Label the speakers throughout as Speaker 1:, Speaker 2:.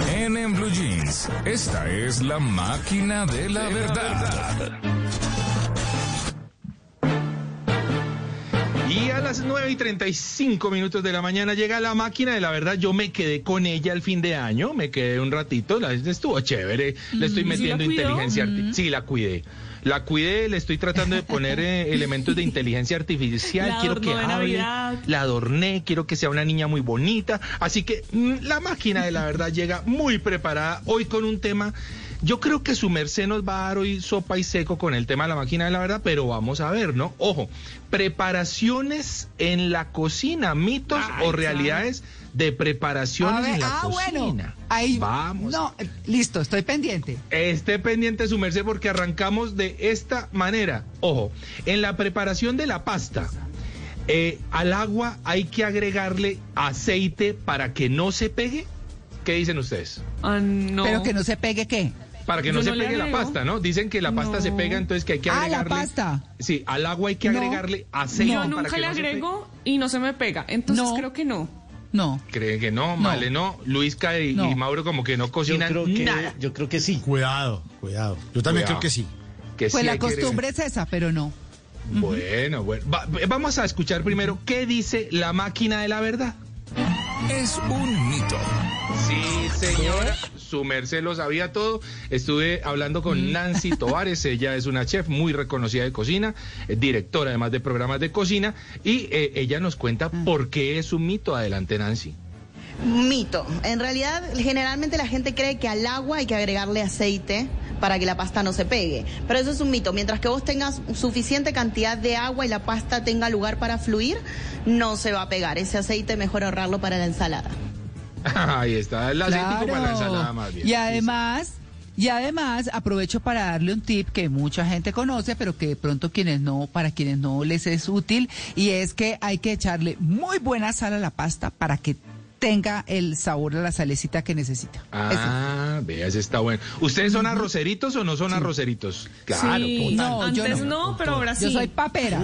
Speaker 1: En, en Blue Jeans, esta es la máquina de la verdad.
Speaker 2: Y a las 9 y 35 minutos de la mañana llega la máquina de la verdad. Yo me quedé con ella el fin de año, me quedé un ratito, la estuvo chévere, le
Speaker 3: Mm,
Speaker 2: estoy metiendo inteligencia artificial. Sí, la cuidé. La cuidé, le estoy tratando de poner eh, elementos de inteligencia artificial,
Speaker 3: La
Speaker 2: quiero que
Speaker 3: adornó de
Speaker 2: hable,
Speaker 3: Navidad.
Speaker 2: la adorné, quiero que sea una niña muy bonita. Así que mm, la máquina de la verdad llega muy preparada hoy con un tema. Yo creo que su merced nos va a dar hoy sopa y seco con el tema de la máquina de la verdad, pero vamos a ver, ¿no? Ojo, preparaciones en la cocina, mitos o realidades de preparaciones
Speaker 4: A ver,
Speaker 2: en la
Speaker 4: ah,
Speaker 2: cocina.
Speaker 4: bueno. Ahí
Speaker 2: vamos.
Speaker 4: No, eh, listo, estoy pendiente.
Speaker 2: Esté pendiente su merced porque arrancamos de esta manera. Ojo, en la preparación de la pasta, eh, al agua hay que agregarle aceite para que no se pegue. ¿Qué dicen ustedes?
Speaker 3: Ah, no.
Speaker 4: Pero que no se pegue qué.
Speaker 2: Para que
Speaker 3: Yo
Speaker 2: no, se
Speaker 3: no le
Speaker 2: pegue la
Speaker 3: agrego.
Speaker 2: pasta, ¿no? Dicen que la pasta se
Speaker 3: No.
Speaker 2: pega, entonces que hay que
Speaker 4: Ah, la
Speaker 2: agregarle.
Speaker 4: pasta.
Speaker 2: Sí, al agua hay que
Speaker 4: No.
Speaker 2: agregarle aceite.
Speaker 3: Yo
Speaker 2: para
Speaker 3: nunca
Speaker 2: que
Speaker 3: le
Speaker 2: no se pegue.
Speaker 3: agrego y no se me pega. Entonces
Speaker 4: No.
Speaker 3: creo que no.
Speaker 4: No.
Speaker 2: Cree que no, Male, no. Luisca y,
Speaker 4: No.
Speaker 2: y Mauro como que no
Speaker 5: Yo
Speaker 2: cocinan
Speaker 5: creo que,
Speaker 2: nada.
Speaker 5: yo creo que sí.
Speaker 6: Cuidado, cuidado. Yo también creo
Speaker 2: Cuidado.
Speaker 6: que sí.
Speaker 2: Que
Speaker 4: Pues
Speaker 2: sí
Speaker 4: la
Speaker 2: hay que agregar-
Speaker 4: costumbre es esa, pero no.
Speaker 2: Bueno, bueno. Va- eh, vamos a escuchar primero qué dice la máquina de la verdad.
Speaker 1: Es un mito.
Speaker 2: Sí, señora. Su merced lo sabía todo. Estuve hablando con Nancy Tovares. Ella es una chef muy reconocida de cocina, eh, directora además de programas de cocina. Y eh, ella nos cuenta por qué es un mito. Adelante, Nancy.
Speaker 7: Mito. En realidad, generalmente la gente cree que al agua hay que agregarle aceite para que la pasta no se pegue. Pero eso es un mito. Mientras que vos tengas suficiente cantidad de agua y la pasta tenga lugar para fluir, no se va a pegar. Ese aceite mejor ahorrarlo para la ensalada.
Speaker 2: Ahí está. El aceitico para la ensalada más bien.
Speaker 4: Y además, y además aprovecho para darle un tip que mucha gente conoce, pero que de pronto quienes no, para quienes no les es útil, y es que hay que echarle muy buena sal a la pasta para que tenga el sabor a la salecita que necesita. Eso.
Speaker 2: Ah, veas, está bueno. ¿Ustedes son arroceritos o no son arroceritos? Claro, total.
Speaker 3: Sí.
Speaker 4: No, yo
Speaker 3: Antes
Speaker 4: no.
Speaker 3: no, pero ahora
Speaker 4: Yo
Speaker 3: sí.
Speaker 4: soy papera.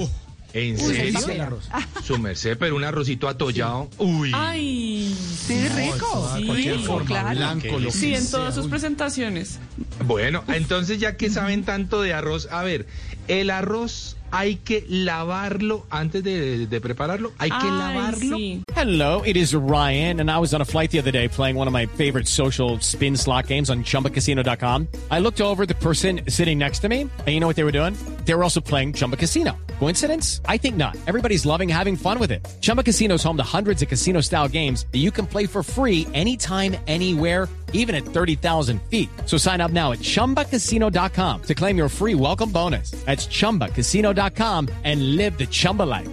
Speaker 2: ¿En
Speaker 4: Uy,
Speaker 6: Se
Speaker 2: serio?
Speaker 6: dice el
Speaker 4: papera.
Speaker 6: arroz.
Speaker 2: Su merced, pero un arrocito atollado. Uy.
Speaker 3: Ay.
Speaker 4: Sí, rico.
Speaker 6: Ah,
Speaker 3: Sí,
Speaker 6: cualquier
Speaker 3: rico,
Speaker 6: forma,
Speaker 3: claro.
Speaker 6: blanco, lo
Speaker 3: Sí,
Speaker 6: que
Speaker 3: en
Speaker 6: sea,
Speaker 3: todas sus
Speaker 6: uy.
Speaker 3: presentaciones.
Speaker 2: Bueno, entonces ya que saben tanto de arroz, a ver, el arroz hay que lavarlo antes de, de prepararlo, hay que
Speaker 3: Ay,
Speaker 2: lavarlo.
Speaker 3: sí.
Speaker 8: Hello, it is Ryan, and I was on a flight the other day playing one of my favorite social spin slot games on chumbacasino.com. I looked over at the person sitting next to me, and you know what they were doing? They were also playing Chumba Casino. Coincidence? I think not. Everybody's loving having fun with it. Chumba Casino is home to hundreds of casino style games that you can play for free anytime, anywhere, even at 30,000 feet. So sign up now at chumbacasino.com to claim your free welcome bonus. That's chumbacasino.com and live the Chumba life.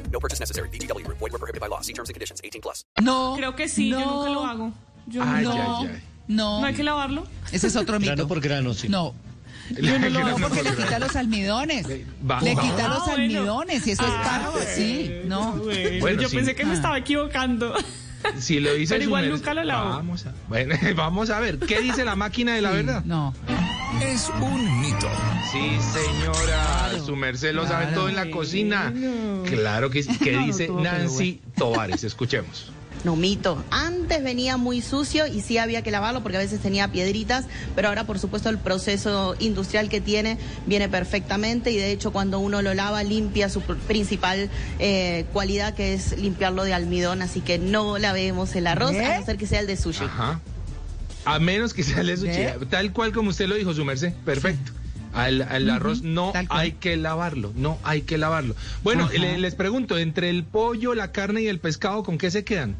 Speaker 4: No.
Speaker 3: Creo que sí, yo
Speaker 4: no,
Speaker 3: nunca lo hago. Yo
Speaker 2: Ay,
Speaker 3: no.
Speaker 2: ya,
Speaker 4: No,
Speaker 2: ay, ay.
Speaker 4: no,
Speaker 3: ¿No hay que lavarlo?
Speaker 4: ese es otro mito.
Speaker 5: Grano por grano, sí.
Speaker 4: No,
Speaker 2: La- que la-
Speaker 4: No, porque le quita los almidones.
Speaker 2: va-
Speaker 4: Le
Speaker 2: va-
Speaker 4: quita
Speaker 3: Ah,
Speaker 4: los
Speaker 3: bueno. Ah,
Speaker 4: almidones y eso es parte, sí, no.
Speaker 2: Ah, Bueno,
Speaker 3: yo
Speaker 2: sí.
Speaker 3: pensé
Speaker 4: Ah.
Speaker 3: que me estaba equivocando.
Speaker 2: Si lo dice
Speaker 3: Pero
Speaker 2: su
Speaker 3: igual
Speaker 2: merced-
Speaker 3: nunca lo lavo.
Speaker 2: Vamos a, bueno, vamos a ver, ¿qué dice la máquina de
Speaker 3: Ah,
Speaker 2: la verdad?
Speaker 4: No.
Speaker 1: Es un mito.
Speaker 2: Sí, señora, su merced lo sabe
Speaker 4: claro.
Speaker 2: todo en la cocina. Claro que sí. ¿Qué
Speaker 4: No, no
Speaker 2: dice
Speaker 4: tuvo, pero
Speaker 2: Nancy Tovares? Escuchemos.
Speaker 7: No mito. Antes venía muy sucio y sí había que lavarlo porque a veces tenía piedritas, pero ahora por supuesto el proceso industrial que tiene viene perfectamente y de hecho cuando uno lo lava limpia su pr- principal eh, cualidad que es limpiarlo de almidón, así que no lavemos el arroz
Speaker 4: ¿Eh?
Speaker 7: a no ser que sea el de sushi.
Speaker 2: Ajá. A menos que sea le
Speaker 4: ¿Ve?
Speaker 2: suchida. Tal cual como usted lo dijo, su merced. Perfecto. Al, al arroz no
Speaker 4: tal cual.
Speaker 2: hay que lavarlo, no hay que lavarlo. Bueno,
Speaker 4: Ajá.
Speaker 2: le- les pregunto, entre el pollo, la carne y el pescado, ¿con qué se quedan?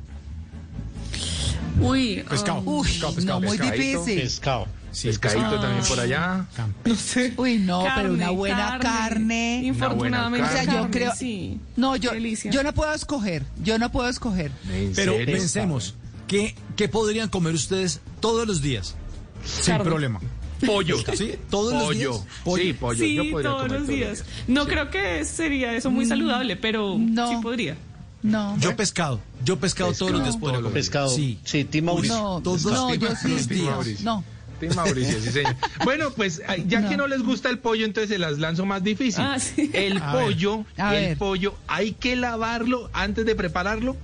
Speaker 3: Uy,
Speaker 2: Pues
Speaker 3: ah,
Speaker 6: Pescado.
Speaker 4: Uy,
Speaker 6: pescado,
Speaker 4: no,
Speaker 6: pescado.
Speaker 4: muy
Speaker 2: pescadito.
Speaker 4: difícil.
Speaker 6: Pescado. Sí,
Speaker 2: Pescadito también por allá.
Speaker 3: no sé.
Speaker 4: Uy, no, pero una buena carne.
Speaker 3: Infortunadamente,
Speaker 2: Una buena
Speaker 4: o sea, yo
Speaker 3: carne,
Speaker 4: creo.
Speaker 3: sí.
Speaker 4: No, yo,
Speaker 3: Delicia.
Speaker 4: yo no puedo escoger. Yo no puedo escoger.
Speaker 2: ¿En
Speaker 6: Pero
Speaker 2: serio?
Speaker 6: pensemos, ¿qué, ¿qué podrían comer ustedes todos los días? Sin
Speaker 3: Carne.
Speaker 6: problema.
Speaker 2: Pollo.
Speaker 6: ¿Sí? Todos los
Speaker 2: pollo.
Speaker 6: días,
Speaker 2: Pollo.
Speaker 6: pollo.
Speaker 2: Sí, pollo.
Speaker 3: sí,
Speaker 2: Yo podría
Speaker 3: todos
Speaker 2: comer
Speaker 3: los días. No creo que sería eso muy saludable, pero
Speaker 4: Mm. no.
Speaker 3: sí podría.
Speaker 4: No.
Speaker 6: Yo pescado. Yo pescado todos los días.
Speaker 2: Pescado.
Speaker 6: podría comer.
Speaker 5: Pescado.
Speaker 6: Sí.
Speaker 5: Sí, Tim Mauricio.
Speaker 4: no,
Speaker 6: todos
Speaker 4: no,
Speaker 6: los
Speaker 4: yo
Speaker 6: días,
Speaker 4: sí.
Speaker 6: los días.
Speaker 4: No.
Speaker 2: Sí, Mauricio, sí, señor. Bueno, pues ay, ya que
Speaker 4: No.
Speaker 2: no les gusta el pollo, entonces se las lanzo más difícil.
Speaker 3: Ah, sí.
Speaker 2: El
Speaker 6: A ver.
Speaker 2: pollo,
Speaker 4: A
Speaker 2: el
Speaker 4: ver.
Speaker 2: pollo, ¿hay que lavarlo antes de prepararlo?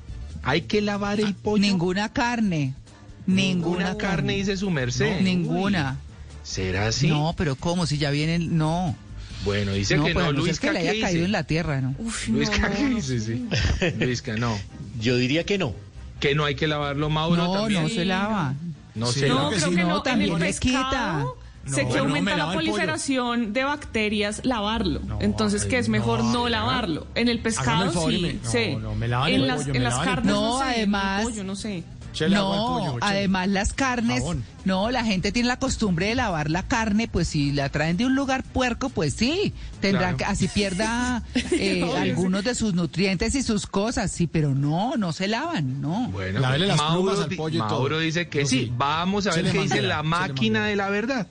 Speaker 2: ¿Hay que lavar el pollo?
Speaker 4: Ah, Ninguna carne.
Speaker 2: Ninguna
Speaker 4: Ninguna
Speaker 2: carne, dice su merced.
Speaker 4: No, ninguna.
Speaker 2: ¿Será así?
Speaker 4: No, pero ¿cómo? Si ya vienen. No.
Speaker 2: Bueno, dice
Speaker 4: no,
Speaker 2: que
Speaker 4: pues, a
Speaker 2: no.
Speaker 4: no ser
Speaker 2: Luis
Speaker 4: que le haya
Speaker 2: ¿qué
Speaker 4: caído
Speaker 2: dice?
Speaker 4: en la tierra, ¿no?
Speaker 3: Uf,
Speaker 2: Luisca,
Speaker 3: no,
Speaker 2: ¿qué
Speaker 3: no,
Speaker 2: dice? Sí. Luisca, no.
Speaker 5: Yo diría que no.
Speaker 2: Que no hay que lavarlo, Mauro
Speaker 4: no,
Speaker 2: también.
Speaker 4: no se lava.
Speaker 2: No
Speaker 6: Sí.
Speaker 2: se
Speaker 6: Claro
Speaker 3: No,
Speaker 2: lava.
Speaker 6: que
Speaker 3: creo
Speaker 6: sí.
Speaker 3: que no.
Speaker 4: No, también
Speaker 3: en el
Speaker 4: le
Speaker 3: pescado
Speaker 6: quita.
Speaker 3: se
Speaker 6: No,
Speaker 3: que
Speaker 6: no
Speaker 3: aumenta
Speaker 6: me
Speaker 3: la
Speaker 6: lava el pollo.
Speaker 3: proliferación de bacterias lavarlo. Entonces, que es
Speaker 6: no,
Speaker 3: mejor no,
Speaker 6: ¿verdad?
Speaker 3: lavarlo. En el pescado
Speaker 6: Hágame el favor y
Speaker 3: sí.
Speaker 6: me- no,
Speaker 3: sí.
Speaker 6: no, me lavan
Speaker 3: en
Speaker 6: el
Speaker 3: las,
Speaker 6: pollo,
Speaker 3: en
Speaker 6: me
Speaker 3: las
Speaker 6: lavan el
Speaker 3: carnes
Speaker 4: pollo.
Speaker 3: no,
Speaker 4: No,
Speaker 3: sé, en el
Speaker 4: además-
Speaker 3: pollo, no sé.
Speaker 6: Échale agua al pollo,
Speaker 4: No,
Speaker 6: échale.
Speaker 4: además las carnes,
Speaker 6: Jabón.
Speaker 4: no, la gente tiene la costumbre de lavar la carne, pues si la traen de un lugar puerco, pues sí, tendrá
Speaker 2: Claro.
Speaker 4: que, así pierda eh,
Speaker 3: Obvio, sí.
Speaker 4: algunos de sus nutrientes y sus cosas, sí, pero no, no se lavan, no.
Speaker 2: Bueno,
Speaker 6: Lávele las
Speaker 2: Mauro,
Speaker 6: plumas al
Speaker 2: di-
Speaker 6: pollo y
Speaker 2: Mauro
Speaker 6: todo.
Speaker 2: dice que
Speaker 6: No,
Speaker 2: sí.
Speaker 6: sí.
Speaker 2: Vamos a
Speaker 6: Se
Speaker 2: ver
Speaker 6: le
Speaker 2: qué dice
Speaker 6: manguea,
Speaker 2: la
Speaker 6: se le
Speaker 2: máquina
Speaker 6: manguea.
Speaker 2: de la verdad.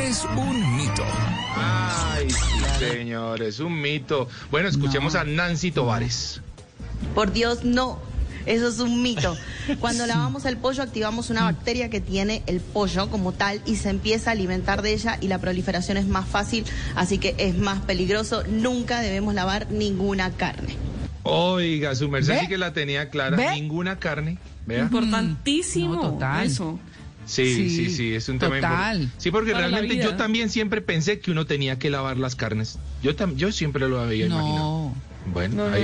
Speaker 1: Es un mito.
Speaker 2: Ay, sí, señor, es un mito. Bueno, escuchemos a Nancy Tovares.
Speaker 7: Por Dios, no. Eso es un mito. Cuando lavamos el pollo activamos una bacteria que tiene el pollo como tal y se empieza a alimentar de ella y la proliferación es más fácil, así que es más peligroso. Nunca debemos lavar ninguna carne.
Speaker 2: Oiga, su merced
Speaker 4: ¿Ve?
Speaker 2: sí que la tenía clara.
Speaker 4: ¿Ve?
Speaker 2: Ninguna carne.
Speaker 6: Mm.
Speaker 2: ¿Vea?
Speaker 3: Importantísimo.
Speaker 4: No, total.
Speaker 3: Eso.
Speaker 2: Sí, sí,
Speaker 4: Sí,
Speaker 2: sí, es un tema
Speaker 4: total.
Speaker 2: importante. Sí, porque
Speaker 3: Para la
Speaker 2: realmente
Speaker 3: vida.
Speaker 2: yo también siempre pensé que uno tenía que lavar las carnes. Yo, tam- yo siempre lo había imaginado.
Speaker 4: No.
Speaker 2: Bueno,
Speaker 3: No, no,
Speaker 2: ahí